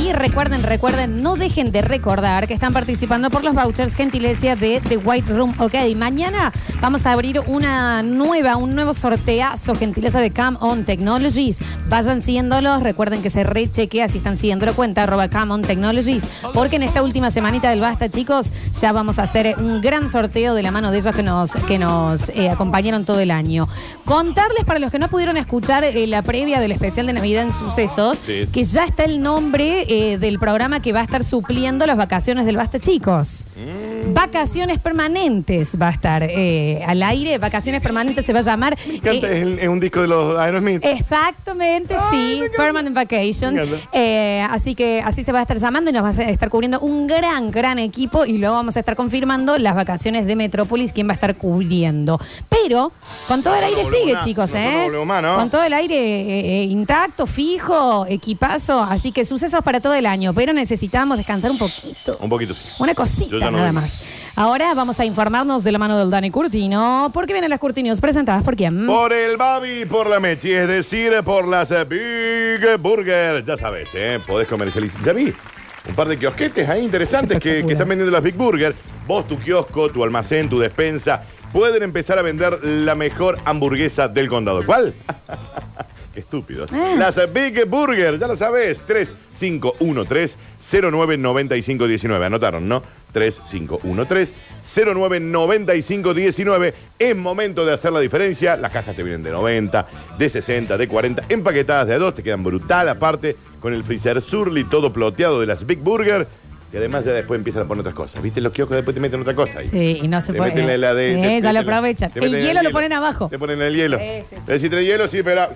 Y recuerden, recuerden, no dejen de recordar que están participando por los vouchers gentileza de The White Room. Ok, mañana vamos a abrir una nueva, un nuevo sorteazo gentileza de Cam On Technologies. Vayan siguiéndolos, recuerden que se rechequea si están siguiendo la cuenta arroba Cam On Technologies, porque en esta última semanita del Basta, chicos, ya vamos a hacer un gran sorteo de la mano de ellos que nos, que nos eh, acompañaron todo el año. Contarles para los que no pudieron escuchar eh, la previa del especial de Navidad en Sucesos, Sí, sí. que ya está el nombre eh, del programa que va a estar supliendo las vacaciones del Basta Chicos. Vacaciones permanentes va a estar eh, al aire, vacaciones permanentes se va a llamar. encanta, Eh, es, el- es un disco de los Aerosmith. Exactamente, sí, Permanent Vacation. Me encanta. Eh, así que así se va a estar llamando y nos va a estar cubriendo un gran, gran equipo y luego vamos a estar confirmando las vacaciones de Metrópolis, quién va a estar cubriendo. Pero con todo el aire Nosotros sigue, volvemos chicos, más, nosotros ¿eh? volvemos más, ¿no? Con todo el aire eh, eh, intacto, fijo, equipazo, así que sucesos para todo el año, pero necesitamos descansar un poquito. Un poquito, sí. Una Yo cosita ya no nada vengo. más. Ahora vamos a informarnos de la mano del Dani Curtino, porque vienen las Curtinios presentadas por quién. Por el Babi, por la Mechi, es decir, por las eh, Big Burger. Ya sabes, ¿eh? podés comercializar. Ya vi un par de kiosquetes ahí interesantes Es que, que están vendiendo las Big Burger. Vos, tu kiosco, tu almacén, tu despensa, pueden empezar a vender la mejor hamburguesa del condado. ¿Cuál? Qué estúpidos. Ah. Las eh, Big Burger, ya lo sabes. 3513-099519. Anotaron, ¿no? 3513-099519. Es momento de hacer la diferencia. Las cajas te vienen de 90, de 60, de 40. Empaquetadas de a dos, te quedan brutal. Aparte, con el freezer surly todo ploteado de las Big Burger. Y además ya después empiezan a poner otras cosas. ¿Viste? Los kioscos después te meten otra cosa ahí. Sí, y no se Te puede. meten la heladera. Eh, te- ya te- lo te- aprovechan. te El meten hielo lo ponen abajo. Te ponen el hielo. Sí, sí, sí. Le decís, "Trae hielo, sí, pero...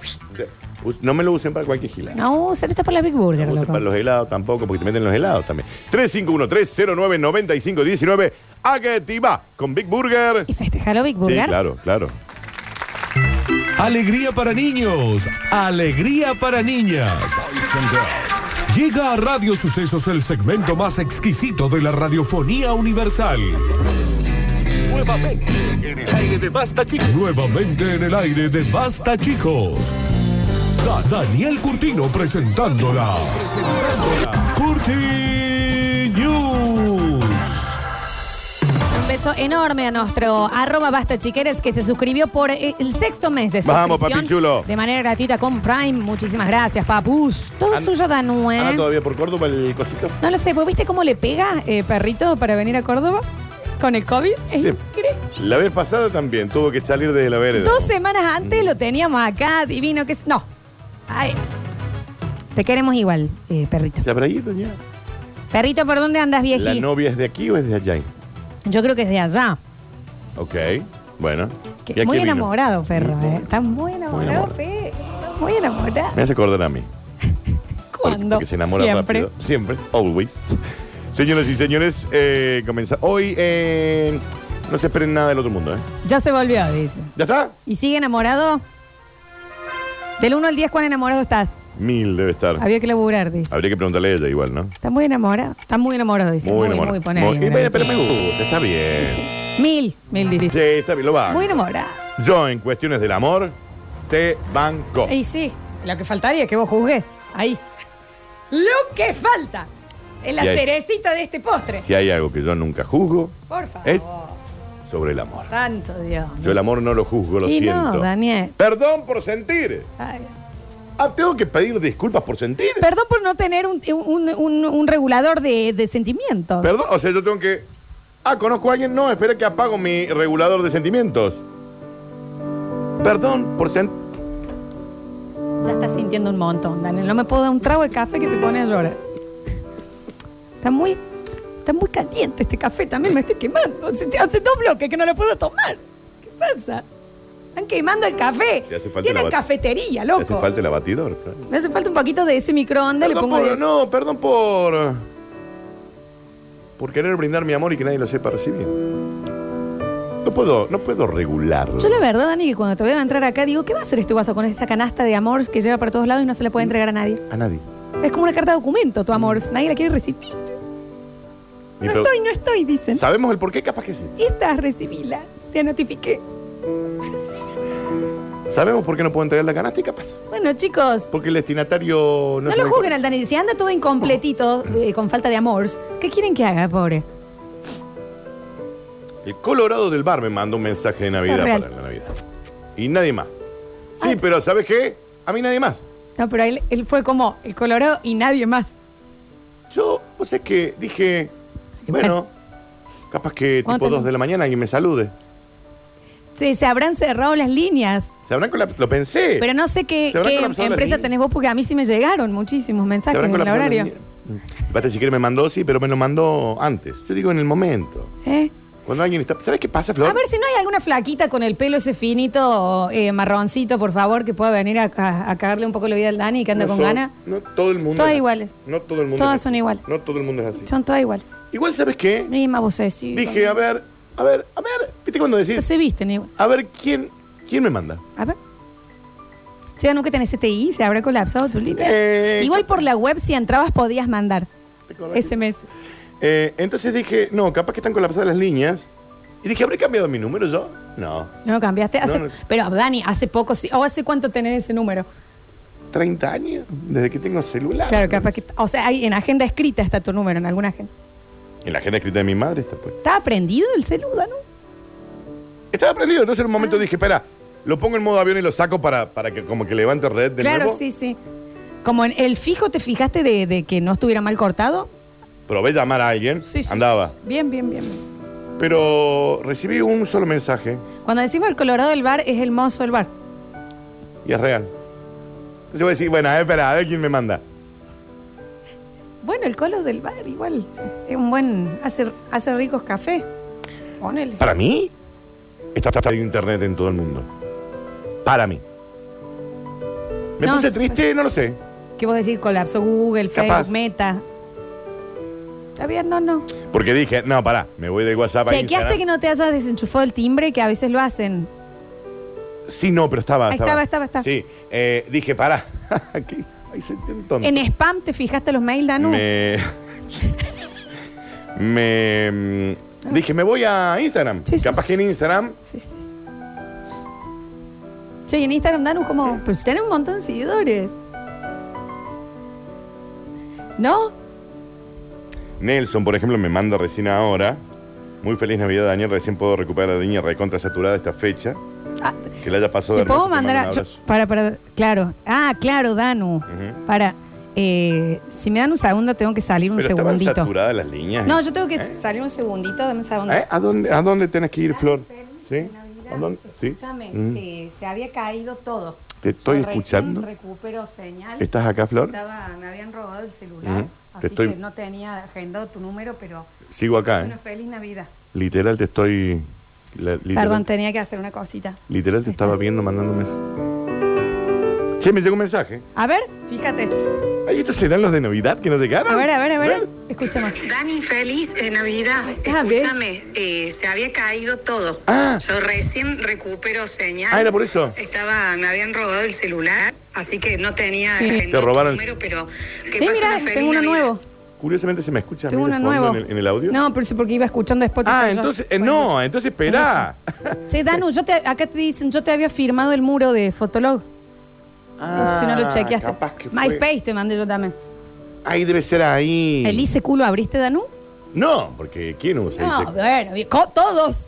us- No me lo usen para cualquier gila. No, se está por la Big Burger, No usen loco. para los helados tampoco, porque te meten los helados también. 351-309-9519. Agetiba con Big Burger. Y festejalo Big Sí, Burger. claro, claro. Alegría para niños, alegría para niñas. Llega a Radio Sucesos el segmento más exquisito de la radiofonía universal. Nuevamente en el aire de Basta Chicos. Nuevamente en el aire de Basta Chicos. Da- Daniel Curtino presentándola. Curti News. Un beso enorme a nuestro arroba basta chiqueres que se suscribió por eh, el sexto mes de suscripción. Vamos, papi chulo. De manera gratuita con Prime. Muchísimas gracias, papus. Todo Anda- suyo, Danue. ¿Anda Ah, todavía por Córdoba el cosito? No lo sé, ¿vos viste cómo le pega eh, perrito para venir a Córdoba? Con el COVID. Es Sí. increíble. La vez pasada también tuvo que salir desde la vereda. Dos semanas antes lo teníamos acá, divino que es. No. Ay. Te queremos igual, eh, perrito. ¿Se habrá ido ya? Perrito, ¿por dónde andas, ¿La vieji? novia es de aquí o es de allá? Yo creo que es de allá. Ok, bueno. Que- ¿Y a muy qué vino? enamorado, perro, Mm, ¿eh? Está muy enamorado, enamorado. Pe. Está muy enamorado. Me hace acordar a mí. Porque- ¿Cuándo? Porque se enamora Siempre. rápido. Siempre. Always. Señoras y señores, eh, comienza. Hoy eh, no se esperen nada del otro mundo, ¿eh? Ya se volvió, dice. ¿Ya está? ¿Y sigue enamorado? Del 1 al 10, ¿cuán enamorado estás? Mil debe estar. Había que laburar, dice. Habría que preguntarle a ella igual, ¿no? Está muy enamorado. Está muy enamorado, dice. Muy, muy, enamorado. poner. Muy- y bueno, pero me gusta, está bien. Mil, mil, Sí, dice. está bien, lo va. Muy enamorado. Yo, en cuestiones del amor, te banco. Y sí, lo que faltaría es que vos juzgues. Ahí. Lo que falta. Es la Y ahí. cerecita de este postre. Si hay algo que yo nunca juzgo, Por favor. es sobre el amor. Santo Dios. Yo el amor no lo juzgo, lo y siento. no, Daniel. Perdón por sentir. Ay. Ah, tengo que pedir disculpas por sentir. Perdón por no tener un, un- un- un regulador de, de sentimientos. Perdón, o sea, yo tengo que. Ah, conozco a alguien. No, espera que apago mi regulador de sentimientos. Perdón por sentir. Ya estás sintiendo un montón, Daniel. No me puedo dar un trago de café que te pone a llorar. Está muy, está muy caliente este café también. Me estoy quemando. Hace, hace dos bloques que no lo puedo tomar. ¿Qué pasa? Están quemando el café. Te hace falta Tienen la bat- cafetería, Te hace loco. falta el abatidor. Fran. Me hace falta un poquito de ese microondas. Le Perdón pongo por, de- No, perdón por. Por querer brindar mi amor y que nadie lo sepa recibir. No puedo, no puedo regularlo. Yo la verdad, Dani, que cuando te veo entrar acá, digo, ¿qué va a hacer este vaso con esta canasta de amores que lleva para todos lados y no se le Mm. puede entregar a nadie? A nadie. Es como una carta de documento, tu amor. Mm. Nadie la quiere recibir. Ni No per- estoy, no estoy, dicen. ¿Sabemos el por qué? Capaz que sí. Si estás, recibila. Te notifiqué. ¿Sabemos por qué no puedo entregar la canasta? ¿Y qué pasa? Bueno, chicos, Porque el destinatario no, no se Oh. lo le- juzguen al Dani. Dice, anda todo incompletito, eh, con falta de amores. ¿Qué quieren que haga, pobre? El Colorado del Bar me mandó un mensaje de Navidad Es real. Ah, para la Navidad. Y nadie más. Sí, Ay. pero ¿sabes qué? A mí nadie más. No, pero él, él fue como el Colorado y nadie más. Yo, pues es que dije, bueno, capaz que ¿Cuándo tipo te- 2 de la mañana alguien me salude. Se, se habrán cerrado las líneas. ¿Se habrán colap- Lo pensé. Pero no sé qué, Se habrán qué colapsado las empresa líneas. tenés vos, porque a mí sí me llegaron muchísimos mensajes en el horario. Mm. Basta si quiere me mandó, sí, pero me lo mandó antes. Yo digo en el momento. ¿Eh? Cuando alguien está. ¿Sabes qué pasa, Flor? A ver si no hay alguna flaquita con el pelo ese finito, eh, marroncito, por favor, que pueda venir a, a- a cagarle un poco la vida al Dani que anda No con son- ganas. No todo el mundo. Todas es así. iguales. No todo el mundo. Todas es así. son iguales. No todo el mundo es así. Son todas iguales. Igual, ¿sabes qué? Misma vocecita. Dije, a ver, a ver, a ver. ¿Viste cuando decís? Se visten igual. A ver, ¿quién, quién me manda? A ver. Che, nunca tenés CTI, se habrá colapsado tu línea. Eh, Igual por la web, si entrabas, podías mandar ¿Te acordás? SMS. Eh, entonces dije, no, capaz que están colapsadas las líneas. Y dije, ¿habré cambiado mi número yo? No. No lo cambiaste. Hace- No, no. Pero, Dani, hace poco, sí- o hace cuánto tenés ese número. 30 años desde que tengo celular. Claro, capaz que. O sea, hay, en agenda escrita está tu número, en alguna agenda. En la agenda escrita de mi madre está puesto. ¿Está aprendido el celu, Danu? Estaba prendido, entonces en un Ah. momento dije, espera, lo pongo en modo avión y lo saco para, para que como que levante red de Claro, nuevo. sí, sí. Como en el fijo, ¿te fijaste de, de que no estuviera mal cortado? Probé llamar a alguien, Sí, sí. andaba. sí. Bien, bien, bien. Pero recibí un solo mensaje Cuando decimos el colorado del bar, es el mozo del bar. y es real. Entonces voy a decir, bueno, a ver, espera, a ver quién me manda. Bueno, el colo del bar, igual. Es un buen. Hace, hace ricos café. Ponele. Para mí, está está- está de internet en todo el mundo. Para mí. ¿Me No, puse sí, pues. triste? No lo sé. ¿Qué vos decís? Colapso Google, Facebook, Capaz. Meta. Está bien, no, no. Porque dije, no, pará, me voy de WhatsApp a Chequeaste Instagram. que no te hayas desenchufado el timbre, que a veces lo hacen. Sí, no, pero estaba. Ahí estaba, estaba, estaba. Sí, eh, dije, pará. Aquí, ahí se tonto. En spam te fijaste los mails, Danu. Me. me. mm, Dije, me voy a Instagram. Ah. Sí, sí, Capaz sí, que en sí. Instagram. Sí, sí, sí. Che, y en Instagram, Danu, como. Pero tienen un montón de seguidores. ¿No? Nelson, por ejemplo, me manda recién ahora. Muy feliz Navidad, Daniel. Recién puedo recuperar la línea recontra saturada esta fecha. Ah, Que la haya pasado de ¿Te puedo hermoso, te mandar a.? mando un yo- para, para. Claro. Ah, claro, Danu. Ujú. Para. eh, si me dan un segundo, tengo que salir un Pero estaban segundito. saturadas las líneas. No, yo tengo que ¿Eh? salir un segundito, dame un segundo. ¿Eh? ¿A, dónde, ¿A dónde tenés que ir, Flor? ¿Sí? ¿A dónde? ¿Sí? Escúchame, Mm. eh, se había caído todo. Te estoy Yo recién escuchando. Recupero señal. ¿Estás acá, Flor? Estaba, me habían robado el celular, Ujú. así Te estoy- que no tenía agendado tu número, pero Sigo acá, es ¿eh? una feliz Navidad. Literal te estoy... la- literal, Perdón, tenía que hacer una cosita. Literal te estaba viendo mandándome eso. Che, me llegó un mensaje. A ver, fíjate. Ay, estos serán los de Navidad que no llegaron. A ver, a ver, a ver. ¿Ven? Escúchame. Dani, feliz eh, Navidad. Ah, ¿ves? Escúchame, eh, se había caído todo. Ah. Yo recién recupero señal. Ah, ¿era por eso? Estaba, me habían robado el celular, así que no tenía Sí. el Te robaron. número, pero que Sí, pasen mira, una feliz tengo uno Navidad. nuevo. Curiosamente se me escucha a mí Tengo de uno fondo nuevo. En, el, en el audio. No, pero sí, porque iba escuchando Spotify. Ah, yo- entonces... eh, no, entonces esperá. Che, Danu, yo te, acá te dicen, yo te había firmado el muro de Fotolog. no sé si no lo Ah, chequeaste. Capaz que fue. MySpace te mandé yo también. Ahí debe ser ahí. ¿El ICQ lo abriste, Danu? No, porque ¿quién usa No, ese- bueno, bien, co- todos.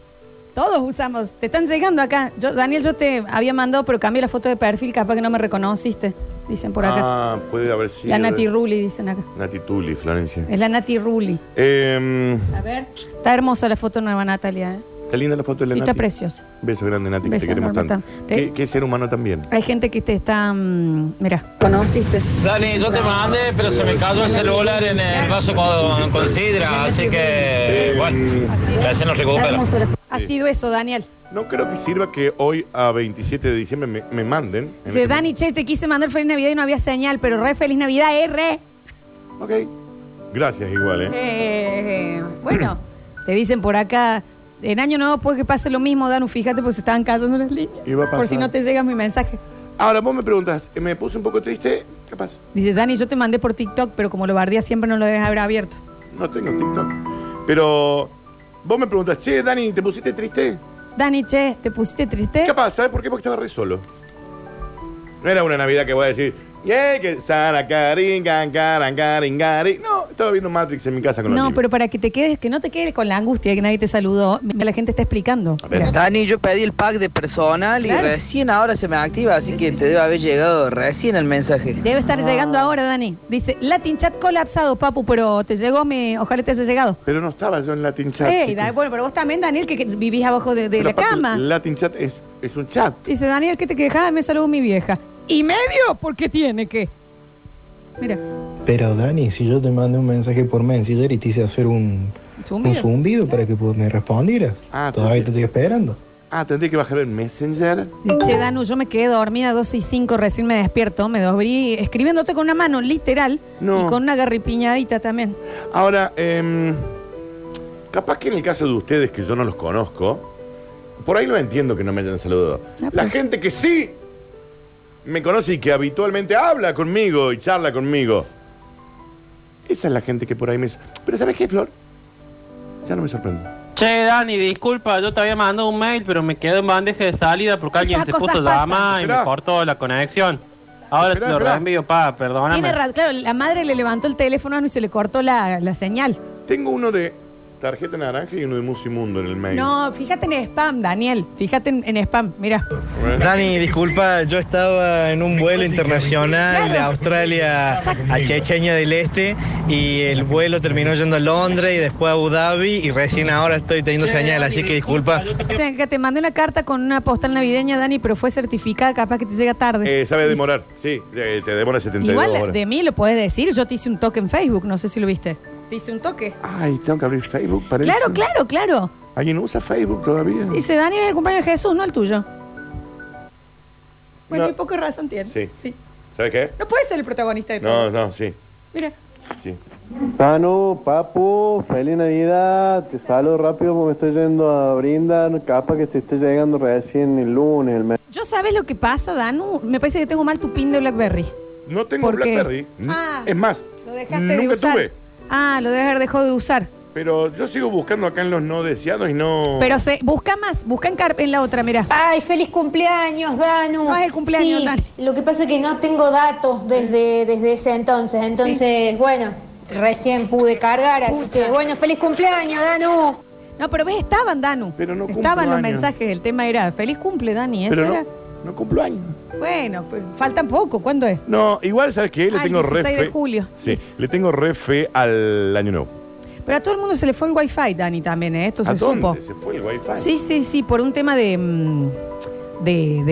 Todos usamos. Te están llegando acá. Yo, Daniel, yo te había mandado, pero cambié la foto de perfil, capaz que no me reconociste. Dicen por acá. Ah, puede haber sido... la Nati Ruli, dicen acá. Nati Tuli, Florencia. Es la Nati Ruli. Eh, A ver. Está hermosa la foto nueva, Natalia. ¿eh? está linda la foto de la Sí, Nati. está preciosa. Beso grande, Nati, Beso que te queremos enorme tanto. tam- te- Qué, qué ser humano también. Hay gente que te está. mm, mira. conociste. Dani, yo te mandé, pero se me cayó el celular en el vaso con, con sidra, así Eh, que, bueno, recién nos recupera. Hermoso. la- Ha sido eso, Daniel. No creo que sirva que hoy a 27 de diciembre me, me manden. en Dice, este Dani, che, te quise mandar feliz Navidad y no había señal, pero re feliz Navidad, R. momento. Ok. Gracias igual, ¿eh? Eh, bueno, te dicen por acá, en año nuevo puede que pase lo mismo, Danu, fíjate, pues se estaban cayendo las líneas. Y va a pasar. Por si no te llega mi mensaje. Ahora vos me preguntas, ¿me puse un poco triste? Capaz. Dice, Dani, yo te mandé por TikTok, pero como lo bardía siempre no lo dejas haber abierto. No tengo TikTok. Pero vos me preguntas, che, Dani, ¿te pusiste triste? Dani, che, ¿te pusiste triste? Capaz, ¿sabes por qué? Porque estaba re solo. No era una Navidad que voy a decir, "Yay, que Sara Karin, can, caran, carin, gari". No, estaba viendo Matrix en mi casa con los No, niños. pero para que te quedes, que no te quedes con la angustia de que nadie te saludó. Mira, La gente está explicando. A ver. Mira. Dani, yo pedí el pack de personal y Claro. recién ahora se me activa, así Sí, sí, que te sí. debe haber llegado recién el mensaje. Debe estar llegando ahora, Dani. Dice, Latin Chat colapsado, papu, pero te llegó mi... Ojalá te haya llegado. Pero no estaba yo en Latin Chat. Ey, chicos. Dani, bueno, pero vos también, Daniel, que, que vivís abajo de, de Pero la aparte, cama. Latin Chat es, es un chat. Dice, Daniel, ¿qué te quejas? Ah, Me saludó mi vieja. ¿Y medio? ¿Por qué tiene que? Mira, Pero Dani, si yo te mandé un mensaje por Messenger y te hice hacer un Zumbido. un zumbido para que pues, me respondieras, Ah, todavía entonces- te estoy esperando. Ah, tendré que bajar el Messenger. Che, Danu, yo me quedé dormida a 12 y 5, recién me despierto, me dormí escribiéndote con una mano, literal, No. y con una garripiñadita también. Ahora, em, capaz que en el caso de ustedes, que yo no los conozco, por ahí lo entiendo que no me hayan saludado. Ah, La pues. gente que sí me conoce y que habitualmente habla conmigo y charla conmigo. Esa es la gente que por ahí me... Pero ¿sabes qué, Flor? Ya no me sorprende. Che, Dani, disculpa, yo te había mandado un mail, pero me quedé en bandeja de salida porque alguien Esas se cosas puso pasan. llama y Esperá. me cortó la conexión. Ahora Esperá, te lo esperá. reenvío, pa, perdóname. Tiene razón, claro, la madre le levantó el teléfono y se le cortó la, la señal. Tengo uno de tarjeta naranja y uno de Musimundo en el mail. No, fíjate en spam, Daniel, fíjate en, en spam, mira. Dani, disculpa, yo estaba en un vuelo internacional de Claro. Australia a Chechenia del Este y el vuelo terminó yendo a Londres y después a Abu Dhabi y recién ahora estoy teniendo señal, así que disculpa. O sea, que te mandé una carta con una postal navideña, Dani, pero fue certificada, capaz que te llega tarde. Eh, sabe demorar, sí, eh, te demora 72 Igual horas. de mí lo puedes decir, yo te hice un toque en Facebook, no sé si lo viste. Te hice un toque. Ay, tengo que abrir Facebook, parece. Claro, claro, claro. ¿Alguien usa Facebook todavía? Dice, Daniel es el compañero de Jesús, no el tuyo. Bueno, No. y poco razón tiene. Sí. ¿Sabes qué? No puede ser el protagonista de todo. No, no, sí, Mira. sí. Tano, Papu, feliz Navidad. Te saludo rápido porque me estoy yendo a brindar. Capaz que te esté llegando recién el lunes, el mes. ¿Yo sabes lo que pasa, Danu? Me parece que tengo mal tu pin de Blackberry. No tengo ¿Por qué? BlackBerry. Ah. es más, Lo dejaste de nunca usar. tuve. Ah, lo dejar dejó de usar. Pero yo sigo buscando acá en los no deseados y no. Pero se, busca más, busca en, car- en la otra, mira. Ay, feliz cumpleaños, Danu. Ay, Ah, el cumpleaños, Sí, Dani. Lo que pasa es que no tengo datos desde, desde ese entonces. Entonces, bueno, recién pude cargar, así Pucha. que bueno, feliz cumpleaños, Danu. No, pero ves, estaban, Danu. Pero no cumplo estaban los años. mensajes, el tema era, feliz cumple, Dani. Eso Pero no, era. no cumplo años. Bueno, pues, falta poco, ¿cuándo es? No, igual, ¿sabes qué? Le Ah, el tengo re 16 de fe- julio. Sí, le tengo re fe al año nuevo. Pero a todo el mundo se le fue el wifi, Dani, también, ¿eh? Esto ¿A se supo. dónde? Se fue el wifi. Sí, sí, sí, por un tema de. mm, de.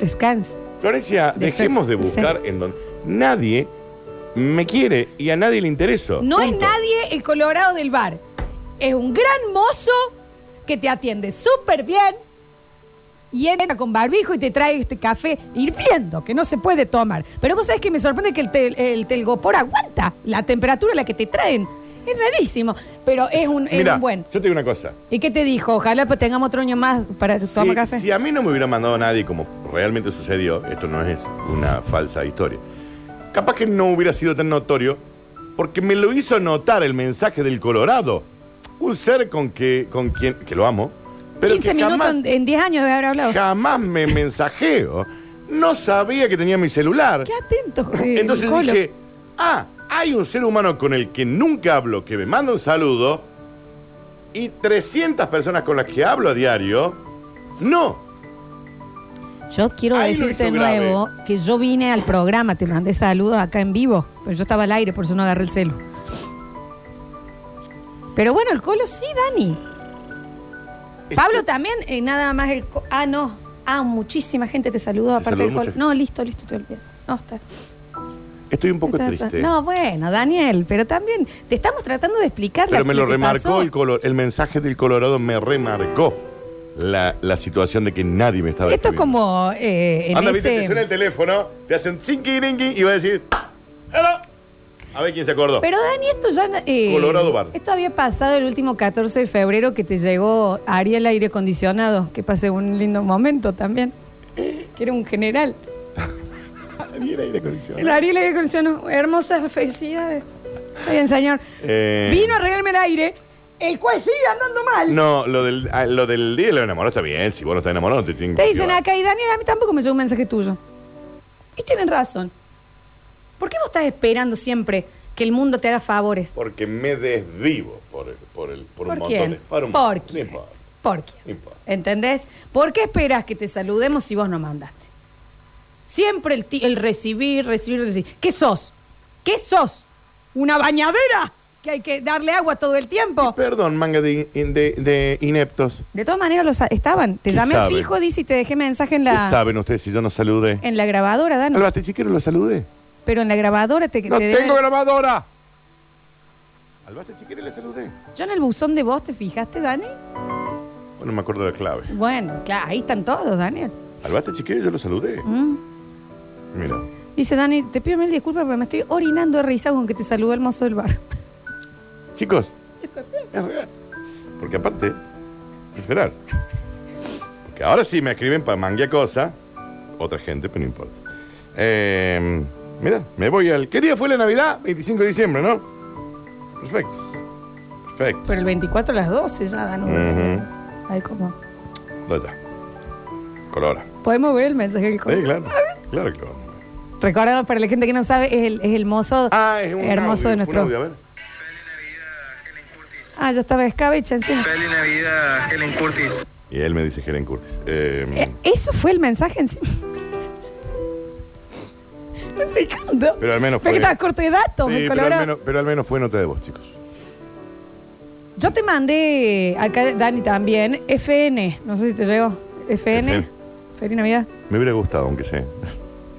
de. scans. Florencia, De dejemos sex- de buscar en donde. Nadie me quiere y a nadie le intereso. No es Punto. nadie el colorado del bar. Es un gran mozo que te atiende súper bien y entra con barbijo y te trae este café hirviendo, que no se puede tomar. Pero vos sabés que me sorprende que el, tel- el telgopor aguanta la temperatura a la que te traen. Es rarísimo, pero es un, es Mira, un buen. Yo te digo una cosa. ¿Y qué te dijo? Ojalá pues, tengamos otro año más para tomar Si, café. si a mí no me hubiera mandado nadie, como realmente sucedió, esto no es una falsa historia. Capaz que no hubiera sido tan notorio, porque me lo hizo notar el mensaje del Colorado. Un ser con que con quien que lo amo, pero 15 que minutos jamás, en- en 10 años de haber hablado. jamás me mensajeo. No sabía que tenía mi celular. Qué atento. eh, Entonces Colo. dije, ah, hay un ser humano con el que nunca hablo, que me manda un saludo, y 300 personas con las que hablo a diario, no. Yo quiero Ahí lo decirte de hizo grave. nuevo que yo vine al programa, te mandé saludos acá en vivo, pero yo estaba al aire, por eso no agarré el celu. Pero bueno, el colo sí, Dani. Pablo también, eh, nada más el... co- ah, no. Ah, muchísima gente te saludó aparte saludó del colo. mucha- No, listo, listo, te olvidé. No, está. Estoy un poco está- triste. No, bueno, Daniel, pero también te estamos tratando de explicar la- pero me lo que remarcó pasó. el color, el mensaje del Colorado me remarcó la, la situación de que nadie me estaba Esto es escribiendo. como eh, en Anda, viste, ese... te suena el teléfono, te hacen zinqui rinqui y va a decir, "Hola". A ver quién se acordó. Pero Dani, esto ya. no- eh, Colorado Bar. Esto había pasado el último 14 de febrero que te llegó Ariel aire acondicionado. Que pasé un lindo momento también. Que era un general. Ni el aire acondicionado. El Ariel aire acondicionado. Hermosas felicidades. Está bien, señor. Eh. Vino a regalarme el aire, el cual sigue andando mal. No, lo del, ah, lo del día de los enamorados está bien. Si vos no estás enamorado, no te tienen Te dicen acá. acá, y Daniel, a mí tampoco me llegó un mensaje tuyo. Y tienen razón. ¿Por qué vos estás esperando siempre que el mundo te haga favores? Porque me desvivo por, el- por, el, por, ¿Por un quién? montón de- Por, un ¿Por montón. quién? No importa, ¿Por qué? no importa. ¿Entendés? ¿Por qué esperas que te saludemos si vos no mandaste? Siempre el, ti- el recibir, recibir, recibir. ¿Qué sos? ¿Qué sos? ¿Una bañadera? ¿Que hay que darle agua todo el tiempo? Perdón, manga de, in- de- de ineptos. De todas maneras los a- estaban. Te ¿Qué llamé saben? fijo, dice, y te dejé mensaje en ¿Qué la, saben ustedes si yo no saludé? en la grabadora, Al Dani. bastichiquero lo saludé. Pero en la grabadora te... ¡No te tengo deben- grabadora! Al bastichiquero le saludé. Yo en el buzón de voz, ¿te fijaste, Dani? Bueno, me acuerdo de la clave. Bueno, claro, ahí están todos, Daniel. Al bastichiquero yo lo saludé. Mm. Mira. Dice Dani, te pido mil disculpas, pero me estoy orinando de risa con que te saludó el mozo del bar. Chicos, es real. Porque aparte, esperar. Porque ahora sí me escriben para manguea cosa. Otra gente, pero no importa. Eh, mira, me voy al. ¿Qué día fue la Navidad? 25 de diciembre, ¿no? Perfecto. Perfecto. Pero el 24 a las 12 ya, Danu. Ujú. Ay, ¿cómo? No, ya. Colora. ¿Podemos ver el mensaje del Sí, correo? claro. Claro que lo vamos. Recordemos, para la gente que no sabe, es el, es el mozo Ah, un hermoso de audio, un nuestro... audio, a ver. Ah, ya estaba escabecha encima. Feliz Navidad, Helen Curtis. Y él me dice Helen Curtis. Eh, Eh, Eso fue el mensaje encima. Me secando. Pero al menos Fue fue. que estaba corto de datos, Sí, me pero, coloró. al menos, pero al menos fue nota de voz, chicos. Yo te mandé, acá Dani también, FN. No sé si te llegó. FN. FN. Feliz Navidad. Me hubiera gustado, aunque sea.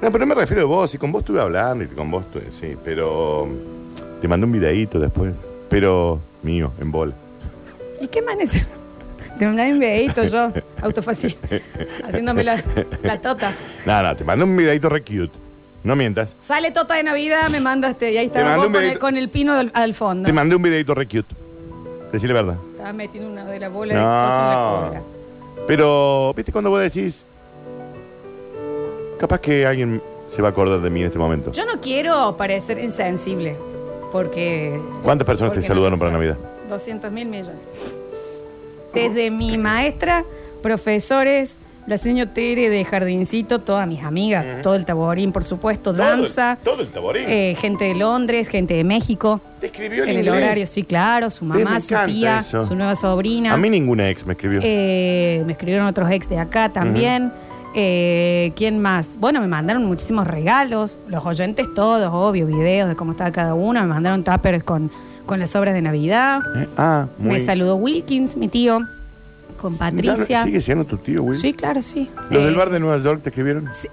No, pero no me refiero a vos, y con vos estuve hablando, y con vos estuve- sí, pero mm, te mandé un videíto después, pero mío, en bola. ¿Y qué más es? Te mandé un videito yo, autofácil, haciéndome la, la tota. Nada, nada, te mandé un videíto re cute. No mientas. Sale tota de Navidad, me mandaste. Y ahí Te estaba vos mandé un con el, videito. con el pino del- al fondo. Te mandé un videíto re cute. Decirle verdad. Estaba metiendo una de la bola de cosas en la No. cola. Pero, ¿viste cuando vos decís? Capaz que alguien se va a acordar de mí en este momento. Yo no quiero parecer insensible, porque ¿Cuántas personas te Porque no lo saludaron para Navidad? 200 mil millones. Desde mi maestra, profesores, la señora Tere de jardincito, todas mis amigas, todo el taborín, por supuesto, danza, Todo el, todo el taborín. eh, gente de Londres, gente de México. te escribió en en el inglés. horario, sí, claro, su me mamá, su encanta tía, eso. su nueva sobrina. A mí ninguna ex me escribió. Eh, me escribieron otros ex de acá también. Eh, ¿Quién más? Bueno, me mandaron muchísimos regalos. Los oyentes todos, obvio, videos de cómo estaba cada uno. Me mandaron tuppers con, con las obras de Navidad. Eh, ah, muy Me saludó Wilkins, mi tío, con Patricia. Claro, Sigue siendo tu tío, Will. Sí, claro, sí. ¿Los Eh, del bar de Nueva York te escribieron? Sí.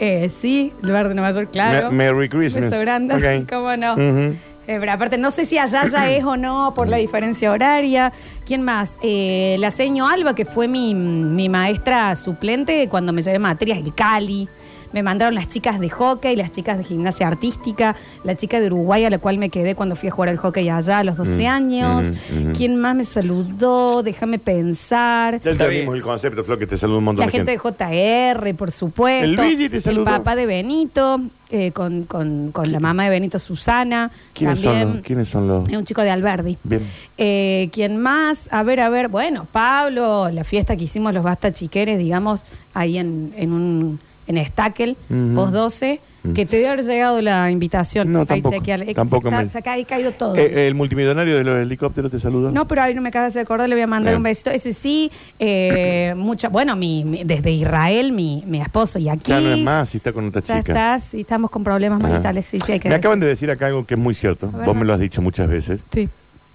eh, sí, el bar de Nueva York, claro. Me- Merry Christmas. Beso grande, Ok. cómo no. Ujú. Eh, pero aparte, no sé si allá ya es o no por la diferencia horaria. ¿Quién más? Eh, la seño Alba, que fue mi, mi maestra suplente cuando me llevé materias, el Cali. Me mandaron las chicas de hockey, las chicas de gimnasia artística, la chica de Uruguay a la cual me quedé cuando fui a jugar al hockey allá a los 12 Mm, años. ujú, ujú. ¿Quién más me saludó? Déjame pensar. Ya entendimos el concepto, Flo, que te saluda un montón La de gente. gente de JR, por supuesto. El Luigi te saludó. papá de Benito, eh, con, con- con la mamá de Benito, Susana. ¿Quiénes, son también los, ¿Quiénes son los...? es un chico de Alberdi. Bien. Eh, ¿Quién más? A ver, a ver. Bueno, Pablo, la fiesta que hicimos los Basta Chiqueres, digamos, ahí en, en un en Stackel, Ujú. post 12, que te debe haber llegado la invitación. No, Ahí tampoco, chequeale. Eh, tampoco se está- me- se ha ca- ha caído todo. Eh, ¿El multimillonario de los helicópteros te saludó? No, pero ahí no me acabas de acordar, le voy a mandar Bien. un besito. Ese sí, eh, mucha, bueno, mi, mi- desde Israel, mi, mi esposo, y aquí. Ya no es más, si está con otra Ya chica. estás, y estamos con problemas Ajá. maritales. Sí, sí, hay que Me decir. acaban de decir acá algo que es muy cierto. ver, Vos me lo has dicho muchas veces. Sí.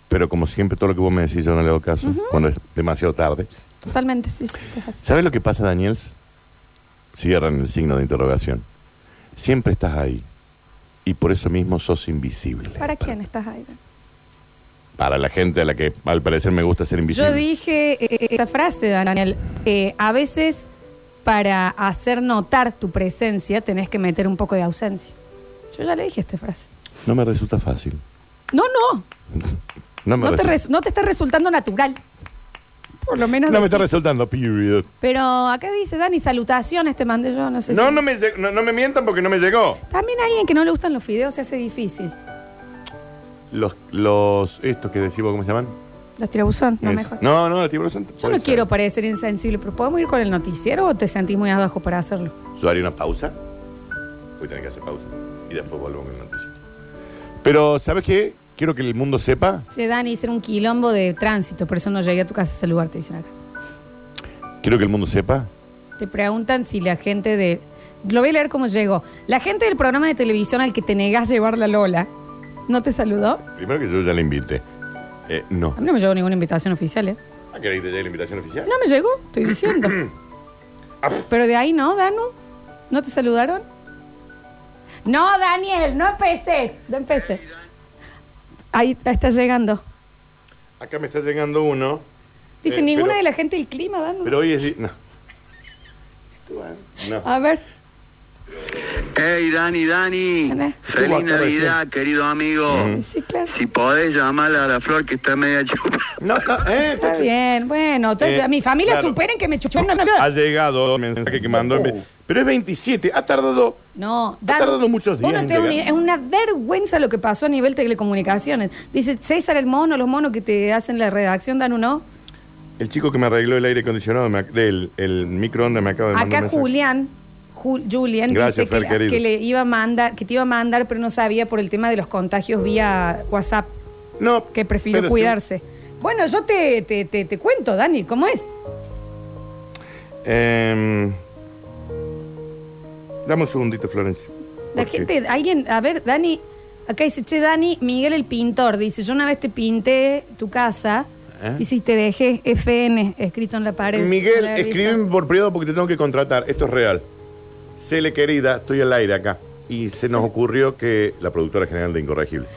Pero como siempre, todo lo que vos me decís yo no le hago caso. Cuando es demasiado tarde. Totalmente, sí, sí, esto es así. ¿Sabes lo que pasa, Daniels? Cierran el signo de interrogación. Siempre estás ahí. Y por eso mismo sos invisible. ¿Para quién estás ahí? Para la gente a la que al parecer me gusta ser invisible. Yo dije eh, eh, esta frase, Daniel. eh, a veces, para hacer notar tu presencia, tenés que meter un poco de ausencia. Yo ya le dije esta frase. No me resulta fácil. No, no. No me, No te, resu- resu- no te está resultando natural. Por lo menos. no me está decí. resultando, period. Pero acá dice, Dani, salutaciones te mandé yo, no sé No, si- no me, lleg- no, no me mientan porque no me llegó. También a alguien que no le gustan los fideos se hace difícil. Los, los, estos que decimos, ¿cómo se llaman? Los tirabuzón, no Es- mejor. No, no, la tiburón. Yo no quiero parecer insensible, pero ¿podemos ir con el noticiero o te sentís muy abajo para hacerlo? Yo haría una pausa. Voy a tener que hacer pausa. Y después volvemos con la noticia. Pero, ¿sabes qué? Quiero que el mundo sepa. Che, Dani, hicieron un quilombo de tránsito, por eso no llegué a tu casa a saludarte, dicen acá. Quiero que el mundo sepa. Te preguntan si la gente de. Lo voy a leer cómo llegó. La gente del programa de televisión al que te negás llevar la Lola, ¿no te saludó? Primero que yo ya la invité. Eh, no. A mí no me llegó ninguna invitación oficial, ¿eh? ¿Ah, ¿Querés que te llegue la invitación oficial? No me llegó, estoy diciendo. Pero de ahí no, Danu. ¿No te saludaron? No, Daniel, no empeces. No empeces. Ahí está llegando. Acá me está llegando uno. Dice, Eh, ninguna pero- de la gente del clima, Danu. Pero hoy es. di- No. Bueno, no. A ver. Hey, Dani, Dani. Feliz Navidad, querido Mm. amigo. Si podés llamar a la flor que está media chupada. No, eh, Está bien, bueno. te- Eh, mi familia claro. superen que me chupó en la Ha llegado el mensaje que mandó. en vez- Pero es 27. Ha tardado. No, Ha tardado muchos vos días no en tenés una idea, llegar. es una vergüenza lo que pasó a nivel telecomunicaciones. Dice César el mono, los monos que te hacen la redacción, Danu, ¿no? El chico que me arregló el aire acondicionado, me ac- del el microondas, me acaba de mandar. Acá un mensaje. Julián, Ju- Julián dice Gracias, Fer, que, querido. que le iba a mandar, que te iba a mandar, pero no sabía por el tema de los contagios vía WhatsApp. No. Que prefirió pero sí. cuidarse. Bueno, yo te, te, te, te cuento, Dani, ¿cómo es? Em, dame un segundito, Florencia. La Porque- gente, alguien, a ver, Dani, acá dice, che, Dani, Miguel el pintor, dice, yo una vez te pinté tu casa ¿Eh? y si te dejé FN escrito en la pared. Miguel, No la he visto. escríbeme por privado porque te tengo que contratar. Esto es real. Cele, querida, estoy al aire acá. Y se nos ocurrió que, la productora general de Incorregible,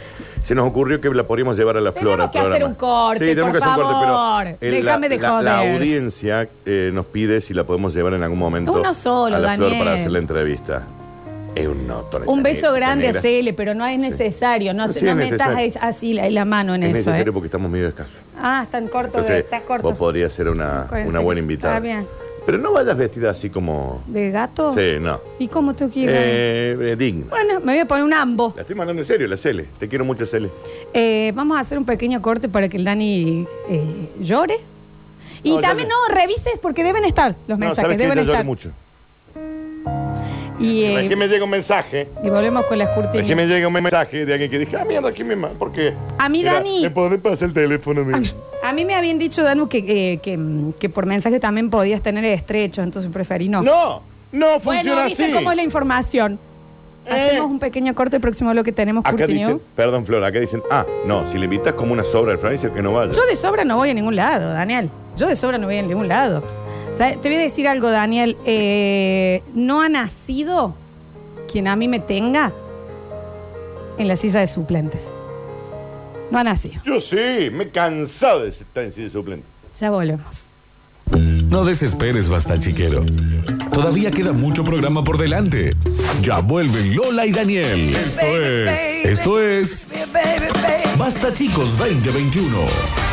se nos ocurrió que la podríamos llevar a la flor. al que hacer programa. un corte, por favor. eh, la- Déjame de la, la joder. audiencia eh, nos pide si la podemos llevar en algún momento Uno solo, a la flor Daniel. para hacer la entrevista. Es un no, Toneta Un beso Negra. grande a Cele, pero no es necesario, no, Sí, se- es no metas necesario. ahí- así la, la mano en Es eso. necesario ¿eh? porque estamos medio escasos. Ah, están cortos, Entonces, está vos corto. podrías ser una, una Está buena invitada. Ah, bien. Pero no vayas vestida así como... ¿De gato? Sí, no. ¿Y cómo te quiero? Eh, eh, digno. Bueno, me voy a poner un ambo. La estoy mandando en serio, la Cele. Te quiero mucho, Cele. Eh, vamos a hacer un pequeño corte para que el Dani eh, llore. Y No, ya también sé. no, revises porque deben estar los no, mensajes, sabes que deben yo lloro estar. mucho. Y, eh, Recién me llega un mensaje. y volvemos con las cortinas. Recién me llega un mensaje de alguien que dije, ah, mierda, ¿quién me manda? ¿Por qué? A mí, Era, Dani. ¿Me podés pasar el teléfono? mío? A mí me habían dicho, Danu, que, que, que, mm, que por mensaje también podías tener estrechos, entonces preferí no. No, no bueno, funciona ¿viste así. Eh. cómo es la información? Hacemos un pequeño corte el próximo lo que tenemos, Acá Curtinio. dicen, perdón, Flor, acá dicen, ah, no, si le invitas como una sobra al Florencia, que no vaya. Yo de sobra no voy a ningún lado, Daniel. Yo de sobra no voy a ningún lado. ¿Sabes? Te voy a decir algo, Daniel. Eh, no ha nacido quien a mí me tenga en la silla de suplentes. No ha nacido. Yo sí, me he cansado de estar en silla de suplente. Ya volvemos. No desesperes, basta chiquero. Todavía queda mucho programa por delante. Ya vuelven Lola y Daniel. Esto es. Esto es. Basta chicos 2021.